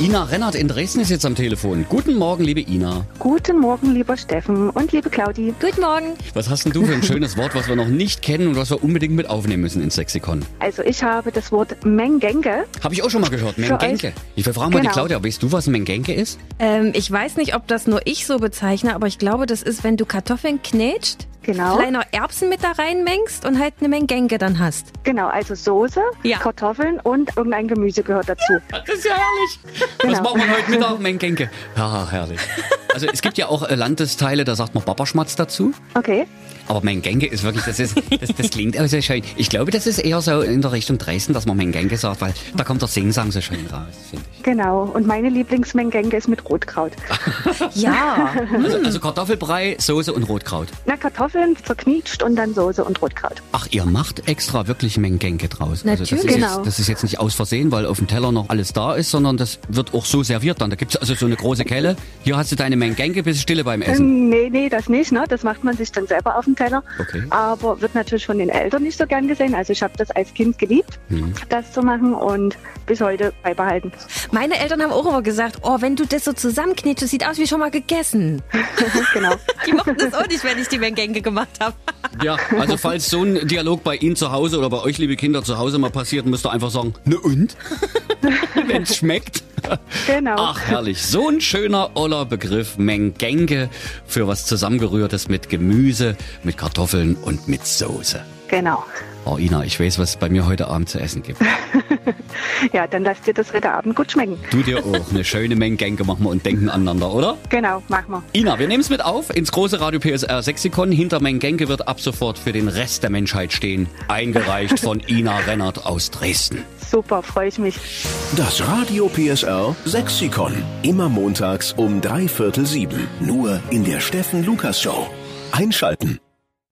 Ina Rennert in Dresden ist jetzt am Telefon. Guten Morgen, liebe Ina. Guten Morgen, lieber Steffen und liebe Claudi. Guten Morgen. Was hast denn du für ein schönes Wort, was wir noch nicht kennen und was wir unbedingt mit aufnehmen müssen ins Sexikon? Also ich habe das Wort Mengenge. Habe ich auch schon mal gehört, Mengenke. euch. Ich will fragen mal die Genau. Claudia, weißt du, was ein Mengenke ist? Ähm, ich weiß nicht, ob das nur ich so bezeichne, aber ich glaube, das ist, wenn du Kartoffeln knetscht, Genau. kleiner Erbsen mit da reinmengst und halt eine Mengenge dann hast. Genau, also Soße, Ja. Kartoffeln und irgendein Gemüse gehört dazu. Das ist ja herrlich. Was Genau. machen wir heute Mittag, Mengenke? Ja, herrlich. Also es gibt ja auch äh, Landesteile, da sagt man Babaschmatz dazu. Okay. Aber Mengenke ist wirklich, das, ist, das, das klingt auch so schön. Ich glaube, das ist eher so in der Richtung Dresden, dass man Mengenke sagt, weil da kommt der Singsang so schön raus, finde ich. Genau. Und meine Lieblingsmengenge ist mit Rotkraut. Ah. Ja. Also, also Kartoffelbrei, Soße und Rotkraut. Na, Kartoffeln zerknietscht und dann Soße und Rotkraut. Ach, ihr macht extra wirklich Mengenke draus. Also das, ist Natürlich. Genau. jetzt, das ist jetzt nicht aus Versehen, weil auf dem Teller noch alles da ist, sondern das wird auch so serviert dann. Da gibt's also so eine große Kelle. Hier hast du deine Mengenke, bist stille beim Essen. Ähm, nee, nee, das nicht. Ne? Das macht man sich dann selber auf den Teller. Okay. Aber wird natürlich von den Eltern nicht so gern gesehen. Also ich habe das als Kind geliebt, Hm. das zu machen und bis heute beibehalten. Meine Eltern haben auch immer gesagt, oh, wenn du das so zusammenknetschst, das sieht aus wie schon mal gegessen. genau. Die mochten das auch nicht, wenn ich die Mengenge gemacht habe. Ja, also falls so ein Dialog bei Ihnen zu Hause oder bei euch, liebe Kinder, zu Hause mal passiert, müsst ihr einfach sagen, ne und? Wenn's schmeckt. Genau. Ach, herrlich. So ein schöner, oller Begriff Mengenke für was zusammengerührtes mit Gemüse, mit Kartoffeln und mit Soße. Genau. Oh, Ina, ich weiß, was es bei mir heute Abend zu essen gibt. Ja, dann lasst dir das heute Abend gut schmecken. Du dir auch eine schöne Menge Gänge machen wir und denken aneinander, oder? Genau, machen wir. Ina, wir nehmen es mit auf ins große Radio PSR Sexikon. Hinter Menge Gänge wird ab sofort für den Rest der Menschheit stehen. Eingereicht von Ina Rennert aus Dresden. Super, freue ich mich. Das Radio PSR Sexikon. Immer montags um drei Viertel sieben. Nur in der Steffen Lukas Show. Einschalten.